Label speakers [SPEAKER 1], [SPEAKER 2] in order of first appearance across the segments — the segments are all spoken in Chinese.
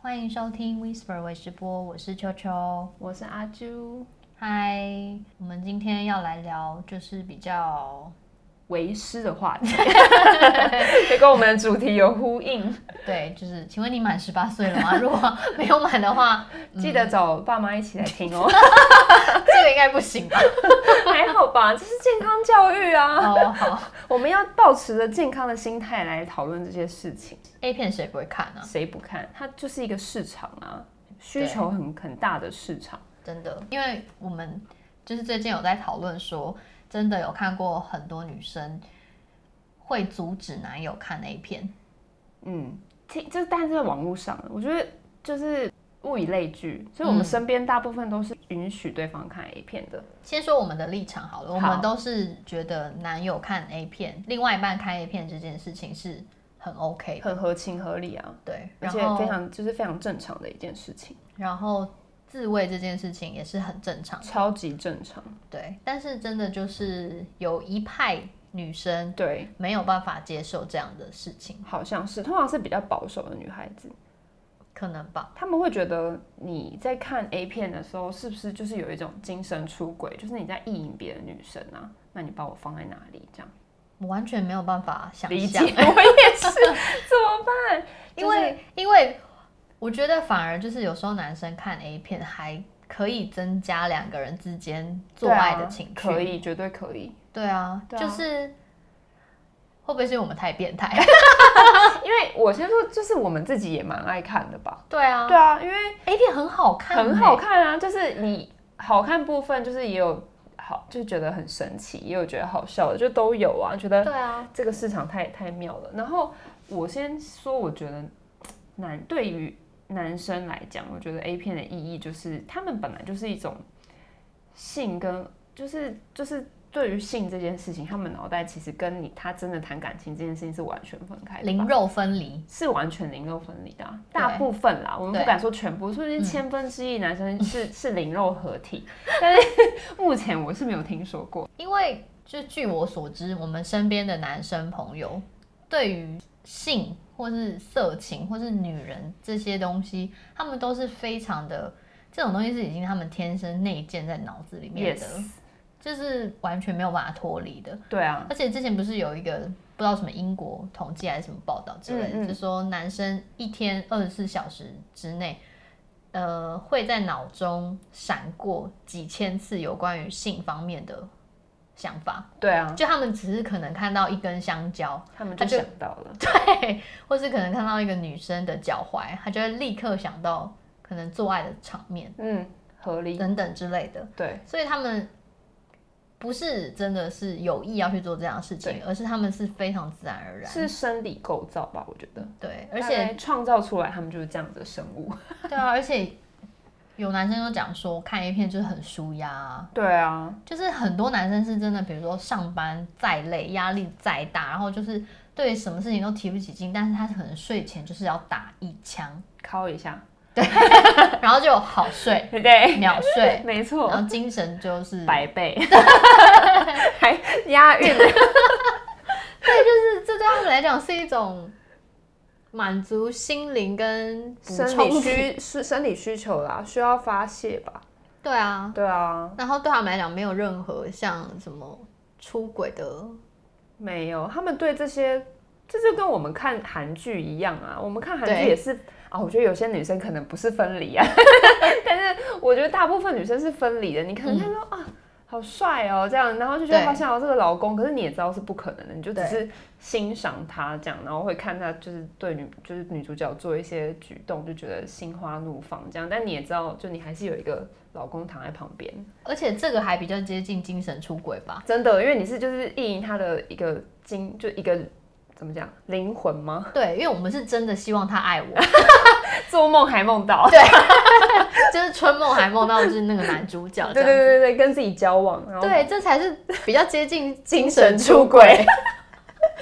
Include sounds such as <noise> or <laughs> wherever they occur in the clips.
[SPEAKER 1] 欢迎收听 Whisper 微直播，我是秋秋。
[SPEAKER 2] 我是阿啾，
[SPEAKER 1] 嗨，我们今天要来聊就是比较
[SPEAKER 2] 为师的 <laughs> 话题，这跟我们的主题有呼应。
[SPEAKER 1] 对，就是请问你满十八岁了 <laughs> 吗？如果没有满的话，
[SPEAKER 2] 记得找爸妈一起来听哦，
[SPEAKER 1] 这个应该不行吧？
[SPEAKER 2] 嗯还好吧？这是健康教育啊，
[SPEAKER 1] <laughs> 哦，好
[SPEAKER 2] 我们要保持着健康的心态来讨论这些事情。
[SPEAKER 1] ，A 片谁不会看啊？
[SPEAKER 2] 谁不看？它就是一个市场啊，需求很很大的市场。
[SPEAKER 1] 真的，因为我们就是最近有在讨论说，真的有看过很多女生会阻止男友看 A 片。
[SPEAKER 2] 嗯，听这但是在网络上，我觉得就是物以类聚，所以我们
[SPEAKER 1] 嗯
[SPEAKER 2] 身边大部分都是允许对方看 A 片的。
[SPEAKER 1] 先说我们的立场好了，我
[SPEAKER 2] 好
[SPEAKER 1] 们都是觉得男友看 A 片，另外一半看 A 片这件事情是很 OK 的，
[SPEAKER 2] 很合情合理啊，
[SPEAKER 1] 对，
[SPEAKER 2] 而
[SPEAKER 1] 然
[SPEAKER 2] 且
[SPEAKER 1] 后
[SPEAKER 2] 非常就是非常正常的一件事情，
[SPEAKER 1] 然后自慰这件事情也是很正常，
[SPEAKER 2] 超级正常。
[SPEAKER 1] 对，但是真的就是有一派女生
[SPEAKER 2] 对，
[SPEAKER 1] 没有办法接受这样的事情，
[SPEAKER 2] 好像是，通常是比较保守的女孩子，
[SPEAKER 1] 可能吧，
[SPEAKER 2] 她们会觉得你在看 A 片的时候，是不是就是有一种精神出轨，就是你在意淫别的女生啊？那你把我放在哪里？这样
[SPEAKER 1] 我完全没有办法想
[SPEAKER 2] 理
[SPEAKER 1] <laughs>
[SPEAKER 2] 解，<laughs>
[SPEAKER 1] 象，
[SPEAKER 2] 我也是，怎么办？
[SPEAKER 1] 因为、因为我觉得反而就是有时候男生看 A 片还可以增加两个人之间做
[SPEAKER 2] 对啊
[SPEAKER 1] 爱的情趣，
[SPEAKER 2] 可以，绝对可以， <laughs>
[SPEAKER 1] 对啊，
[SPEAKER 2] 对啊
[SPEAKER 1] 就是会不会是因为我们太变态？啊
[SPEAKER 2] 因为我先说，就是我们自己也蛮爱看的吧？
[SPEAKER 1] 对啊
[SPEAKER 2] <laughs> 对啊，因为
[SPEAKER 1] a 片很好看、欸
[SPEAKER 2] 很好。看啊，就是你好看部分，就是也有好，就觉得很神奇，也有觉得好笑的，就都有啊，觉得
[SPEAKER 1] 对啊，
[SPEAKER 2] 这个市场太太妙了。然后我先说，我觉得男对于男生来讲，我觉得 A 片的意义就是他们本来就是一种性跟就是就是对于性这件事情，他们脑袋其实跟你他真的谈感情这件事情是完全分开的吧，
[SPEAKER 1] 零肉分离，
[SPEAKER 2] 是完全零肉分离的啊、
[SPEAKER 1] 对
[SPEAKER 2] 大部分啦，我们
[SPEAKER 1] 对嗯
[SPEAKER 2] 不敢说全部，说不定千分之一男生是、是零肉合体，但是 <laughs> 目前我是没有听说过。
[SPEAKER 1] 因为就据我所知，我们身边的男生朋友对于性或是色情或是女人这些东西，他们都是非常的，这种东西是已经他们天生内建在脑子里面的
[SPEAKER 2] Yes，
[SPEAKER 1] 就是完全没有办法脱离的。
[SPEAKER 2] 对啊，
[SPEAKER 1] 而且之前不是有一个不知道什么英国统计还是什么报道之类的，
[SPEAKER 2] 嗯嗯
[SPEAKER 1] 就说男生一天二十四小时之内，呃，会在脑中闪过几千次有关于性方面的想法。
[SPEAKER 2] 对啊，
[SPEAKER 1] 就他们只是可能看到一根香蕉，
[SPEAKER 2] 他们
[SPEAKER 1] 他
[SPEAKER 2] 就
[SPEAKER 1] 就
[SPEAKER 2] 想到了，
[SPEAKER 1] 对，或是可能看到一个女生的脚踝，他就会立刻想到可能做爱的场面
[SPEAKER 2] 嗯，合理，
[SPEAKER 1] 等等之类的。
[SPEAKER 2] 对，
[SPEAKER 1] 所以他们不是真的是有意要去做这样的事情，而是他们是非常自然而然。
[SPEAKER 2] 是生理构造吧？我觉得，
[SPEAKER 1] 对，而
[SPEAKER 2] 大 <laughs>
[SPEAKER 1] 且
[SPEAKER 2] 概创造出来他们就是这样子的生
[SPEAKER 1] <laughs>
[SPEAKER 2] 物。
[SPEAKER 1] 对啊，而且有男生都讲说看 A 片就是很舒压、啊，
[SPEAKER 2] 对啊，
[SPEAKER 1] 就是很多男生是真的，比如说上班再累，压力再大，然后就是对什么事情都提不起劲，但是他可能睡前就是要打一枪，
[SPEAKER 2] 敲一下，
[SPEAKER 1] 然后就好睡、 <laughs>
[SPEAKER 2] 对不对？
[SPEAKER 1] 秒睡，
[SPEAKER 2] 没错，
[SPEAKER 1] 然后精神就是
[SPEAKER 2] 百
[SPEAKER 1] <laughs>
[SPEAKER 2] 倍，还押韵，
[SPEAKER 1] 这对他们来讲是一种满足心灵跟补
[SPEAKER 2] 生
[SPEAKER 1] 充
[SPEAKER 2] 理需是生理需求啦，需要发泄吧？
[SPEAKER 1] 对啊，
[SPEAKER 2] 对啊，
[SPEAKER 1] 然后对他们来讲没有任何像什么出轨的，
[SPEAKER 2] 没有，他们对这些，这就跟我们看韩剧一样啊。我们看韩
[SPEAKER 1] 对
[SPEAKER 2] 剧也是啊，我觉得有些女生可能不是分离啊， <laughs> 但是我觉得大部分女生是分离的。你可能看到、啊，好帅哦这样，然后就觉得
[SPEAKER 1] 嗯对
[SPEAKER 2] 好哦想要这个老公，可是你也知道是不可能的，你就只是欣赏他这样，然后会看他就是对女就是女主角做一些举动，就觉得心花怒放这样。但你也知道，就你还是有一个老公躺在旁边，
[SPEAKER 1] 而且这个还比较接近精神出轨吧。
[SPEAKER 2] 真的，因为你是就是意淫他的一个精，就一个怎么讲灵魂吗？ <laughs>
[SPEAKER 1] 对，因为我们是真的希望他爱我，
[SPEAKER 2] 做梦还梦到，
[SPEAKER 1] 就是春梦还梦到就是那个男主角这
[SPEAKER 2] 对对
[SPEAKER 1] 样子，
[SPEAKER 2] 对对对，跟自己交往，然后
[SPEAKER 1] 对，这才是比较接近
[SPEAKER 2] 精
[SPEAKER 1] 精神
[SPEAKER 2] 神出
[SPEAKER 1] 出
[SPEAKER 2] 轨
[SPEAKER 1] 轨。。
[SPEAKER 2] <laughs>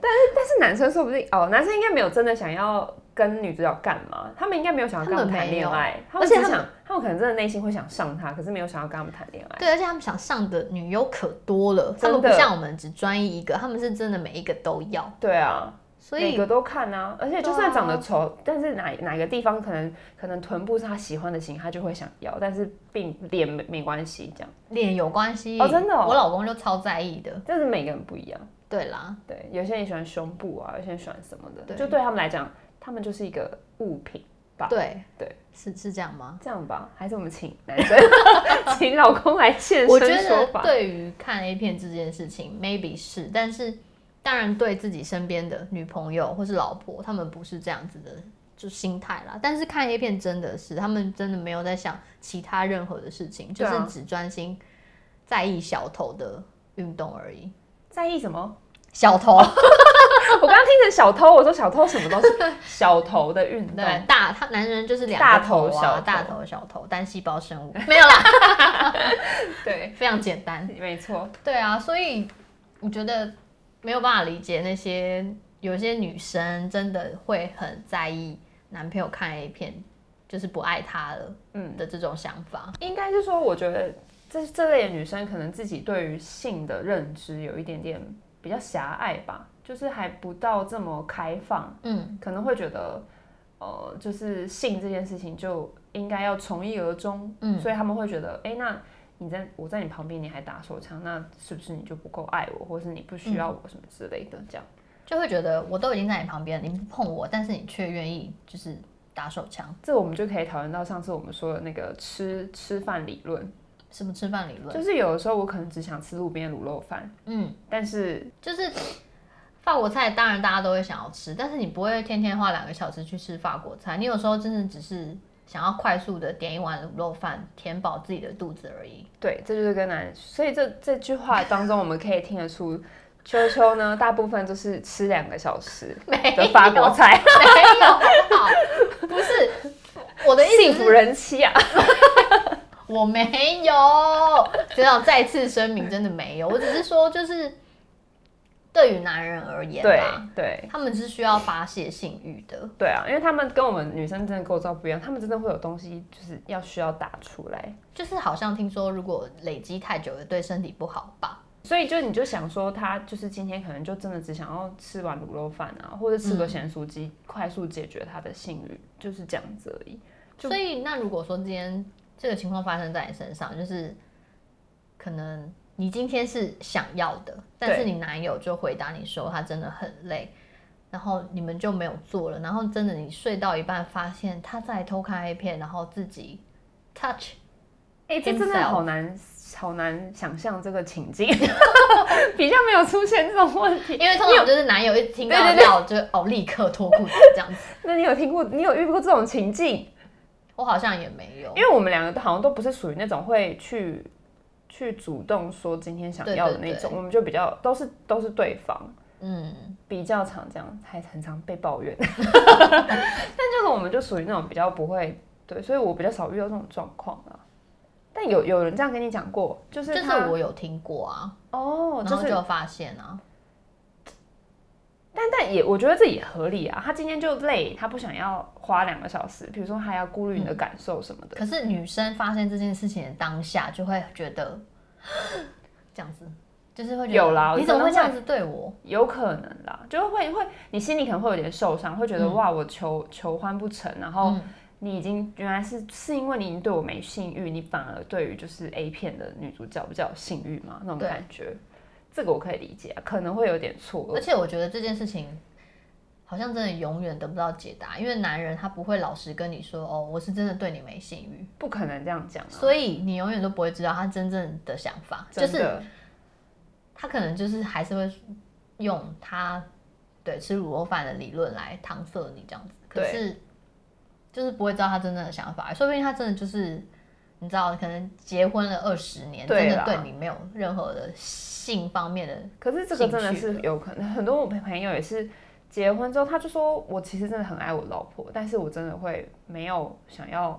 [SPEAKER 2] 但是男生说不定哦，男生应该没有真的想要跟女主角干嘛，他们应该没有想要跟他们
[SPEAKER 1] 他们
[SPEAKER 2] 谈
[SPEAKER 1] 没有
[SPEAKER 2] 恋爱，
[SPEAKER 1] 而且
[SPEAKER 2] 只
[SPEAKER 1] 他们
[SPEAKER 2] 想，他们可能真的内心会想上他，可是没有想要跟他们谈恋爱。
[SPEAKER 1] 对，而且他们想上的女优可多了，他们
[SPEAKER 2] 真的
[SPEAKER 1] 不像我们只专一一个，他们是真的每一个都要。
[SPEAKER 2] 对啊，
[SPEAKER 1] 所
[SPEAKER 2] 每
[SPEAKER 1] 以
[SPEAKER 2] 个都看啊，而且就
[SPEAKER 1] 对
[SPEAKER 2] 算长得
[SPEAKER 1] 啊
[SPEAKER 2] 丑，但是哪哪个地方可能可能臀部是他喜欢的型，他就会想要，但是并脸没没关系，这样，
[SPEAKER 1] 脸有关系
[SPEAKER 2] 哦真的哦
[SPEAKER 1] 我老公就超在意的。
[SPEAKER 2] 但是每个人不一样，
[SPEAKER 1] 对啦，
[SPEAKER 2] 对，有些人喜欢胸部啊，有些人喜欢什么的，
[SPEAKER 1] 对
[SPEAKER 2] 就对他们来讲，他们就是一个物品，吧
[SPEAKER 1] 对
[SPEAKER 2] 对，
[SPEAKER 1] 是是这样吗？
[SPEAKER 2] 这样吧，还是我们请男生 <laughs> 请老公来现
[SPEAKER 1] 我觉
[SPEAKER 2] 身说
[SPEAKER 1] 得
[SPEAKER 2] 法，
[SPEAKER 1] 对于看 A 片这件事情，maybe 是，但是当然对自己身边的女朋友或是老婆，他们不是这样子的就心态啦。但是看 A 片真的是，他们真的没有在想其他任何的事情，就
[SPEAKER 2] 对啊
[SPEAKER 1] 是只专心在意小头的运动而已。
[SPEAKER 2] 在意什么？
[SPEAKER 1] 小头，
[SPEAKER 2] 哦我刚刚听成小偷，我说小偷什
[SPEAKER 1] <laughs>
[SPEAKER 2] 么东西？小头的运动，
[SPEAKER 1] 对，大他男人就是两个
[SPEAKER 2] 大头
[SPEAKER 1] 啊
[SPEAKER 2] 小头
[SPEAKER 1] 大头小头，单细胞生物没有啦，
[SPEAKER 2] 对，
[SPEAKER 1] 非常简单。
[SPEAKER 2] 没错，
[SPEAKER 1] 对啊，所以我觉得没有办法理解那些有些女生真的会很在意男朋友看 A 片，就是不爱他了
[SPEAKER 2] 嗯。
[SPEAKER 1] 的这种想法。
[SPEAKER 2] 应该是说，我觉得这这类的女生可能自己对于性的认知有一点点比较狭隘吧，就是还不到这么开放，
[SPEAKER 1] 嗯，
[SPEAKER 2] 可能会觉得，呃，就是性这件事情就应该要从一而终，
[SPEAKER 1] 嗯
[SPEAKER 2] 所以他们会觉得，哎、那你在我在你旁边，你还打手枪，那是不是你就不够爱我，或是你不需要我什么之类的？
[SPEAKER 1] 嗯
[SPEAKER 2] 这样，
[SPEAKER 1] 就会觉得我都已经在你旁边了，你不碰我，但是你却愿意就是打手枪，
[SPEAKER 2] 这我们就可以讨论到上次我们说的那个吃吃饭理论，
[SPEAKER 1] 什么吃饭理论？
[SPEAKER 2] 就是有的时候我可能只想吃路边的卤肉饭，
[SPEAKER 1] 嗯，
[SPEAKER 2] 但是
[SPEAKER 1] 就是。法国菜当然大家都会想要吃，但是你不会天天花两个小时去吃法国菜。你有时候真的只是想要快速的点一碗卤肉饭，填饱自己的肚子而已。
[SPEAKER 2] 对，这就是跟男，所以这这句话当中，我们可以听得出，秋秋呢，大部分就是吃两个小时
[SPEAKER 1] 没 <laughs>
[SPEAKER 2] 的法国菜，
[SPEAKER 1] 没有，好不是我的意
[SPEAKER 2] 幸
[SPEAKER 1] 思
[SPEAKER 2] 福
[SPEAKER 1] 是，
[SPEAKER 2] 人妻啊，
[SPEAKER 1] 我没有，只想再次声明，真的没有，我只是说，就是对于男人而言
[SPEAKER 2] 对
[SPEAKER 1] 吧，
[SPEAKER 2] 对
[SPEAKER 1] 他们是需要发泄性欲的，
[SPEAKER 2] 对啊，因为他们跟我们女生真的构造不一样，他们真的会有东西就是要需要打出来，
[SPEAKER 1] 就是好像听说，如果累积太久了，对身体不好吧？
[SPEAKER 2] 所以就你就想说，他就是今天可能就真的只想要吃碗卤肉饭啊，或者吃个咸酥鸡，快速解决他的性欲，就是这样子而已。就
[SPEAKER 1] 所以，那如果说今天这个情况发生在你身上，就是可能你今天是想要的，但是
[SPEAKER 2] 对
[SPEAKER 1] 你男友就回答你说他真的很累，然后你们就没有做了，然后真的你睡到一半发现他在偷看 A 片，然后自己
[SPEAKER 2] <laughs>
[SPEAKER 1] touch，
[SPEAKER 2] 哎、这真的
[SPEAKER 1] Himself
[SPEAKER 2] 好难，好难想象这个情境， <laughs> 比较没有出现这种问题。
[SPEAKER 1] 因为通常就是男友一听到
[SPEAKER 2] 对对对
[SPEAKER 1] 料就哦立刻脱裤子这样子，
[SPEAKER 2] 那你有听过，你有遇过这种情境？
[SPEAKER 1] 我好像也没有
[SPEAKER 2] 因，为我们两个好像都不是属于那种会去去主动说今天想要的
[SPEAKER 1] 对
[SPEAKER 2] 那种，
[SPEAKER 1] 对对
[SPEAKER 2] 我们就比较都是都是对方
[SPEAKER 1] 嗯，
[SPEAKER 2] 比较常这样，还很常被抱怨。 <laughs> 但就是我们就属于那种比较不会对，所以我比较少遇到这种状况啊。但有有人这样跟你讲过，就是
[SPEAKER 1] 就是
[SPEAKER 2] 他
[SPEAKER 1] 我有听过啊，
[SPEAKER 2] 哦，
[SPEAKER 1] 然
[SPEAKER 2] 就
[SPEAKER 1] 后
[SPEAKER 2] 是
[SPEAKER 1] 就发现啊，
[SPEAKER 2] 但但也我觉得这也合理啊。他今天就累，他不想要花两个小时，比如说还要顾虑你
[SPEAKER 1] 嗯
[SPEAKER 2] 的感受什么的。
[SPEAKER 1] 可是女生发现这件事情的当下，就会觉得 <gasps> 这样子，就是会觉得
[SPEAKER 2] 有啦
[SPEAKER 1] 你
[SPEAKER 2] 我
[SPEAKER 1] 怎么
[SPEAKER 2] 当
[SPEAKER 1] 会这
[SPEAKER 2] 下
[SPEAKER 1] 样子对我？
[SPEAKER 2] 有可能啦，就会会你心里可能会有点受伤，会觉得、哇，我求求欢不成，然后
[SPEAKER 1] 嗯
[SPEAKER 2] 你已经原来是是因为你已经对我没性欲，你反而对于就是 A 片的女主角比较有性欲嘛那种
[SPEAKER 1] 对
[SPEAKER 2] 感觉，这个我可以理解、啊，可能会有点错
[SPEAKER 1] 而
[SPEAKER 2] 愕。
[SPEAKER 1] 且我觉得这件事情好像真的永远得不到解答，因为男人他不会老实跟你说哦，我是真的对你没性欲，
[SPEAKER 2] 不可能这样讲啊，
[SPEAKER 1] 所以你永远都不会知道他真正的想法，就
[SPEAKER 2] 真
[SPEAKER 1] 是
[SPEAKER 2] 的
[SPEAKER 1] 他可能就是还是会用他对吃卤肉饭的理论来搪塞你这样子，可
[SPEAKER 2] 对
[SPEAKER 1] 是就是不会知道他真正的想法，说不定他真的就是你知道，可能结婚了二十年，
[SPEAKER 2] 对
[SPEAKER 1] 真
[SPEAKER 2] 啦
[SPEAKER 1] 的对你没有任何的性方面的，
[SPEAKER 2] 可是这个真的
[SPEAKER 1] 兴趣
[SPEAKER 2] 是有可能，很多我朋友也是结婚之后，他就说我其实真的很爱我老婆，但是我真的会没有想要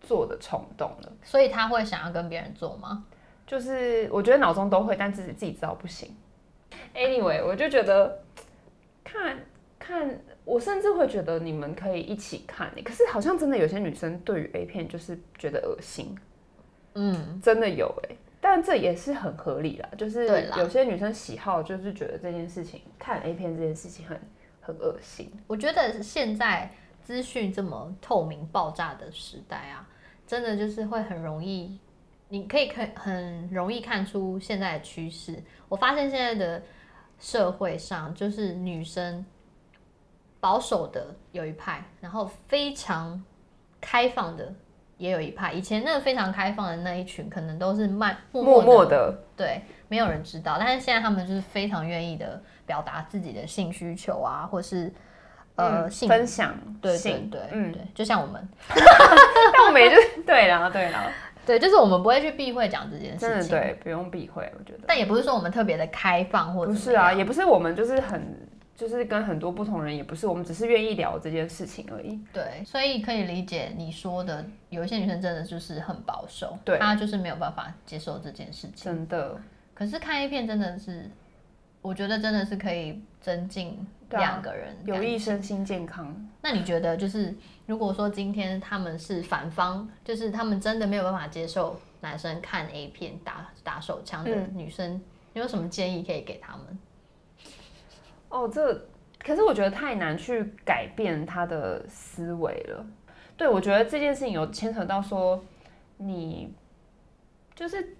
[SPEAKER 2] 做的冲动了，
[SPEAKER 1] 所以他会想要跟别人做吗？
[SPEAKER 2] 就是我觉得脑中都会，但自己自己知道不行。Anyway，我就觉得看看，我甚至会觉得你们可以一起看、欸，可是好像真的有些女生对于 A 片就是觉得恶心，
[SPEAKER 1] 嗯，
[SPEAKER 2] 真的有哎、但这也是很合理啦，就是
[SPEAKER 1] 对啦
[SPEAKER 2] 有些女生喜好就是觉得这件事情看 A 片这件事情很很恶心，
[SPEAKER 1] 我觉得现在资讯这么透明爆炸的时代啊，真的就是会很容易，你可以看很容易看出现在的趋势。我发现现在的社会上，就是女生保守的有一派，然后非常开放的也有一派。以前那个非常开放的那一群，可能都是慢默
[SPEAKER 2] 默
[SPEAKER 1] 默
[SPEAKER 2] 默的
[SPEAKER 1] 对，没有人知道。但是现在他们就是非常愿意的表达自己的性需求啊，或是呃、
[SPEAKER 2] 嗯
[SPEAKER 1] 性，
[SPEAKER 2] 分享
[SPEAKER 1] 对对
[SPEAKER 2] 性，
[SPEAKER 1] 对，
[SPEAKER 2] 嗯，
[SPEAKER 1] 对，就像我们，
[SPEAKER 2] 但我们也就 <laughs> 对啦对啦，
[SPEAKER 1] 对，就是我们不会去避讳讲这件
[SPEAKER 2] 真
[SPEAKER 1] 事
[SPEAKER 2] 的
[SPEAKER 1] 情，
[SPEAKER 2] 对，不用避讳，我觉得
[SPEAKER 1] 但也不是说我们特别的开放或
[SPEAKER 2] 不
[SPEAKER 1] 者
[SPEAKER 2] 是啊，也不是我们就是很就是跟很多不同人也不是，我们只是愿意聊这件事情而已，
[SPEAKER 1] 对，所以可以理解你说的，有一些女生真的就是很保守，
[SPEAKER 2] 对
[SPEAKER 1] 她就是没有办法接受这件事情。
[SPEAKER 2] 真的，
[SPEAKER 1] 可是看 A 片真的是，我觉得真的是可以增进
[SPEAKER 2] 对啊
[SPEAKER 1] 两个人感
[SPEAKER 2] 有益身心健康，
[SPEAKER 1] 那你觉得，就是如果说今天他们是反方，就是他们真的没有办法接受男生看 A 片打打手枪的女生，你有什么建议可以给他们？
[SPEAKER 2] 哦，这可是我觉得太难去改变他的思维了。对，我觉得这件事情有牵扯到说，你就是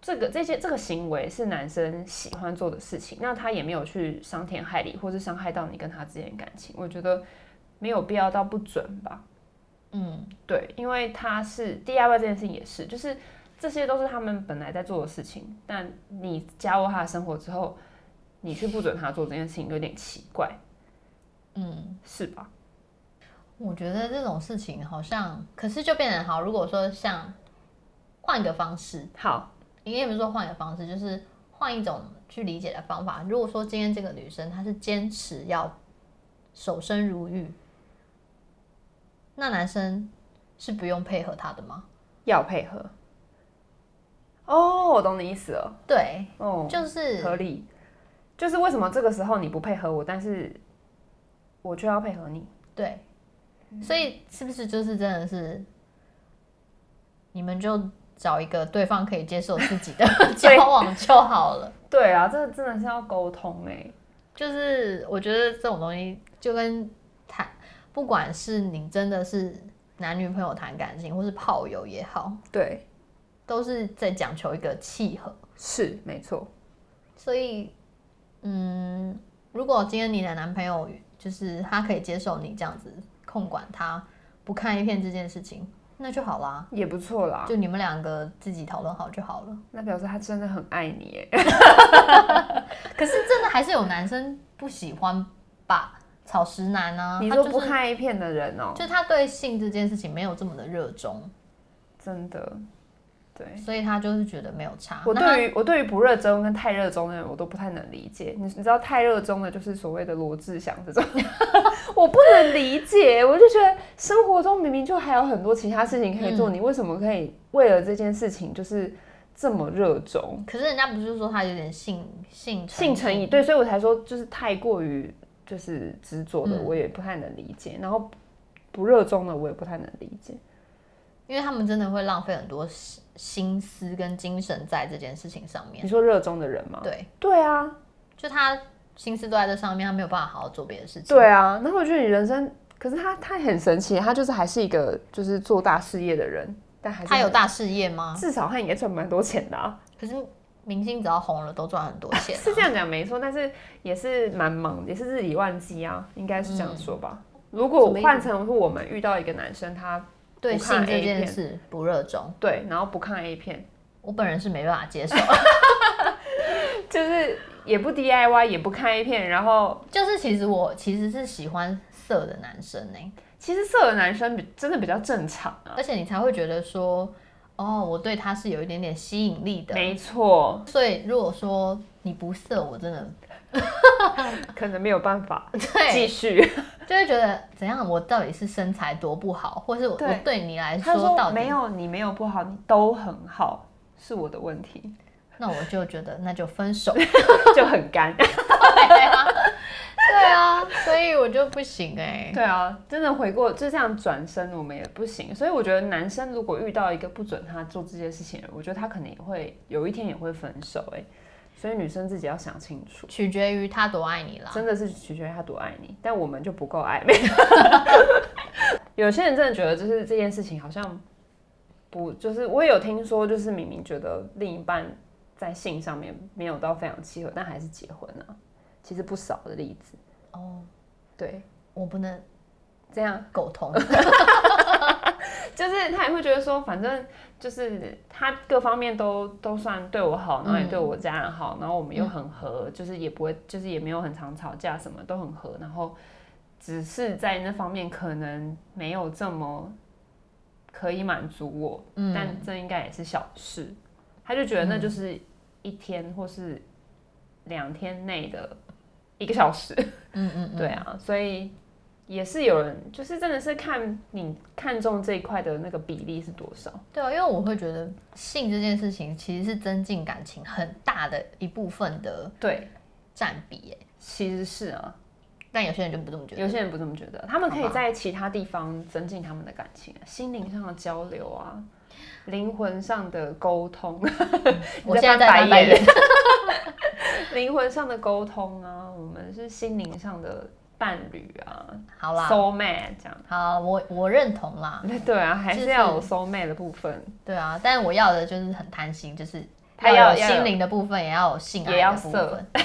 [SPEAKER 2] 这个这些这个行为是男生喜欢做的事情，那他也没有去伤天害理，或是伤害到你跟他之间的感情，我觉得没有必要到不准吧。
[SPEAKER 1] 嗯，
[SPEAKER 2] 对，因为他是 DIY 这件事情也是，就是这些都是他们本来在做的事情，但你加入他的生活之后，你去不准他做这件事情有点奇怪，嗯，是吧？
[SPEAKER 1] 我觉得这种事情好像，可是就变得好。如果说像换个方式，
[SPEAKER 2] 好，
[SPEAKER 1] 也不是说换个方式，就是换一种去理解的方法。如果说今天这个女生她是坚持要守身如玉，那男生是不用配合她的吗？
[SPEAKER 2] 要配合。哦，我懂你意思了，
[SPEAKER 1] 对，
[SPEAKER 2] 哦，
[SPEAKER 1] 就是
[SPEAKER 2] 合理，就是为什么这个时候你不配合我，但是我却要配合你？
[SPEAKER 1] 对，所以是不是就是真的是，你们就找一个对方可以接受自己的交往就好了。
[SPEAKER 2] 对啊，这真的是要沟通哎、
[SPEAKER 1] 就是我觉得这种东西就跟谈，不管是你真的是男女朋友谈感情，或是炮友也好，
[SPEAKER 2] 对，
[SPEAKER 1] 都是在讲求一个契合。
[SPEAKER 2] 是没错。
[SPEAKER 1] 所以，嗯，如果今天你的男朋友就是他可以接受你这样子控管他不看 A 片这件事情，那就好啦。
[SPEAKER 2] 也不错啦，
[SPEAKER 1] 就你们两个自己讨论好就好了。
[SPEAKER 2] 那表示他真的很爱你欸耶。
[SPEAKER 1] 可是真的还是有男生不喜欢吧，草食男啊，
[SPEAKER 2] 你
[SPEAKER 1] 他
[SPEAKER 2] 说
[SPEAKER 1] 就
[SPEAKER 2] 不
[SPEAKER 1] 是
[SPEAKER 2] 看 A 片的人哦、
[SPEAKER 1] 就他对性这件事情没有这么的热衷，
[SPEAKER 2] 真的，对
[SPEAKER 1] 所以他就是觉得没有差。
[SPEAKER 2] 我
[SPEAKER 1] 那他
[SPEAKER 2] 对于我对于不热衷跟太热衷的人，我都不太能理解。你你知道太热衷的就是所谓的罗志祥这种， <laughs> 我不能理解。我就觉得生活中明明就还有很多其他事情可以做，你为什么可以为了这件事情就是这么热衷？
[SPEAKER 1] 可是人家不是说他有点性性
[SPEAKER 2] 性成瘾，对，所以我才说就是太过于就是执着的，
[SPEAKER 1] 嗯
[SPEAKER 2] 我也不太能理解。然后不热衷的，我也不太能理解。
[SPEAKER 1] 因为他们真的会浪费很多心心思跟精神在这件事情上面。
[SPEAKER 2] 你说热衷的人吗？
[SPEAKER 1] 对，
[SPEAKER 2] 对啊，
[SPEAKER 1] 就他心思都在这上面，他没有办法好好做别的事情。
[SPEAKER 2] 对啊，然后我觉得你人生，可是他他很神奇，他就是还是一个就是做大事业的人，但还是
[SPEAKER 1] 他有大事业吗？
[SPEAKER 2] 至少他应该赚蛮多钱的、啊，
[SPEAKER 1] 可是明星只要红了，都赚很多
[SPEAKER 2] <laughs>
[SPEAKER 1] 钱啊、
[SPEAKER 2] 是这样讲没错，但是也是蛮忙，也是日理万机啊，应该是这样说吧。
[SPEAKER 1] 嗯
[SPEAKER 2] 如果
[SPEAKER 1] 什么意思
[SPEAKER 2] 换成是我们遇到一个男生，他
[SPEAKER 1] 对
[SPEAKER 2] 不
[SPEAKER 1] 性
[SPEAKER 2] 看 A
[SPEAKER 1] 这件
[SPEAKER 2] 片
[SPEAKER 1] 事不热衷，
[SPEAKER 2] 对，然后不看 A 片，
[SPEAKER 1] 我本人是没办法
[SPEAKER 2] <laughs>
[SPEAKER 1] 接受。
[SPEAKER 2] 就是也不 DIY，也不看 A 片，然后
[SPEAKER 1] 就是其实我其实是喜欢色的男生呢、
[SPEAKER 2] 其实色的男生比真的比较正常啊，
[SPEAKER 1] 而且你才会觉得说，哦，我对他是有一点点吸引力的。
[SPEAKER 2] 没错，
[SPEAKER 1] 所以如果说你不色，我真的
[SPEAKER 2] 可能没有办法继
[SPEAKER 1] <laughs> 对，
[SPEAKER 2] 续。
[SPEAKER 1] 就会觉得怎样，我到底是身材多不好，或是我
[SPEAKER 2] 对
[SPEAKER 1] 我对你来
[SPEAKER 2] 他
[SPEAKER 1] 说到
[SPEAKER 2] 说
[SPEAKER 1] 底
[SPEAKER 2] 没，有，你没有不好，你都很好，是我的问题， <laughs>
[SPEAKER 1] 那我就觉得那就分手。
[SPEAKER 2] 就很干。 <laughs>
[SPEAKER 1] 对啊，对啊，所以我就不行哎、
[SPEAKER 2] 对啊，真的回过就这样转身，我们也不行。所以我觉得男生如果遇到一个不准他做这些事情的人，我觉得他可能也会有一天也会分手、欸。哎，所以女生自己要想清楚，
[SPEAKER 1] 取决于他多爱你啦。
[SPEAKER 2] 真的是取决于他多爱你，但我们就不够爱。 <laughs> 没有有些人真的觉得就是这件事情好像不，就是我也有听说，就是明明觉得另一半在性上面没有到非常契合，但还是结婚啊，其实不少的例子。
[SPEAKER 1] 哦，
[SPEAKER 2] 对，
[SPEAKER 1] 我不能
[SPEAKER 2] 这样。
[SPEAKER 1] 苟同， <laughs>
[SPEAKER 2] 就是他也会觉得说，反正就是他各方面都都算对我好，然后也
[SPEAKER 1] 嗯
[SPEAKER 2] 对我家人好，然后我们又很和，就是也不会，就是也没有很常吵架，什么都很和，然后只是在那方面可能没有这么可以满足我，
[SPEAKER 1] 嗯
[SPEAKER 2] 但这应该也是小事。他就觉得那就是一天或是两天内的一个小时，
[SPEAKER 1] 嗯嗯嗯，
[SPEAKER 2] <laughs> 对啊，所以也是有人，就是真的是看你看中这一块的那个比例是多少。
[SPEAKER 1] 对啊，因为我会觉得性这件事情其实是增进感情很大的一部分的
[SPEAKER 2] 对，
[SPEAKER 1] 占比、欸，
[SPEAKER 2] 其实是啊，
[SPEAKER 1] 但有些人就不这么觉
[SPEAKER 2] 有
[SPEAKER 1] 得。
[SPEAKER 2] 些人不这么觉得，他们可
[SPEAKER 1] 好
[SPEAKER 2] 以
[SPEAKER 1] 吧
[SPEAKER 2] 在其他地方增进他们的感情、啊，心灵上的交
[SPEAKER 1] <laughs>
[SPEAKER 2] 流啊，灵魂上的沟通， <laughs>
[SPEAKER 1] 我
[SPEAKER 2] 你
[SPEAKER 1] 现在在
[SPEAKER 2] 翻
[SPEAKER 1] 翻白
[SPEAKER 2] 白
[SPEAKER 1] 眼，
[SPEAKER 2] 灵魂上的沟通啊，我们是心灵上的伴侣啊
[SPEAKER 1] 好
[SPEAKER 2] <laughs>
[SPEAKER 1] 啦，
[SPEAKER 2] ，soul mate 这样。
[SPEAKER 1] 好，我我认同啦，
[SPEAKER 2] <laughs> 对啊，还
[SPEAKER 1] 就是是
[SPEAKER 2] 要有 soul mate 的部分，
[SPEAKER 1] 对啊，但我要的就是很贪心，就是
[SPEAKER 2] 他
[SPEAKER 1] 要
[SPEAKER 2] 要
[SPEAKER 1] 有
[SPEAKER 2] 要有
[SPEAKER 1] 心灵的部分，也要有性爱
[SPEAKER 2] 也要
[SPEAKER 1] 的部
[SPEAKER 2] 色
[SPEAKER 1] 分，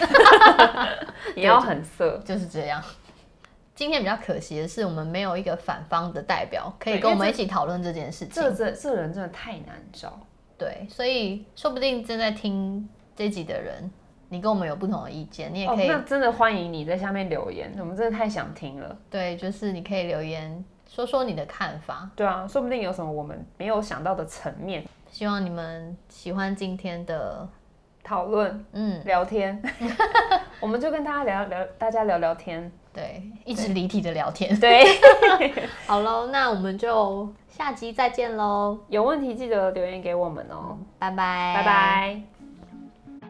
[SPEAKER 2] 也要很色。
[SPEAKER 1] 就是这样。 <laughs> 今天比较可惜的是，我们没有一个反方的代表可
[SPEAKER 2] 对
[SPEAKER 1] 以
[SPEAKER 2] 因为
[SPEAKER 1] 跟我们一起讨论这件事情。
[SPEAKER 2] 这这这人真的太难找。
[SPEAKER 1] 对，所以说不定正在听这集的人，你跟我们有不同的意见，你也
[SPEAKER 2] 哦
[SPEAKER 1] 可，以、
[SPEAKER 2] 那真的欢迎你在下面留言，我们真的太想听了。
[SPEAKER 1] 对，就是你可以留言说说你的看法。
[SPEAKER 2] 对啊，说不定有什么我们没有想到的层面
[SPEAKER 1] 希望你们喜欢今天的，
[SPEAKER 2] 讨论、
[SPEAKER 1] 嗯，<laughs>
[SPEAKER 2] 聊天，我们就跟大家聊聊，大家聊聊天。
[SPEAKER 1] 对，一直离题的聊天。
[SPEAKER 2] 对，
[SPEAKER 1] <laughs> 好喽，那我们就下集再见喽，
[SPEAKER 2] 有问题记得留言给我们哦，
[SPEAKER 1] 拜嗯拜，
[SPEAKER 2] 拜拜。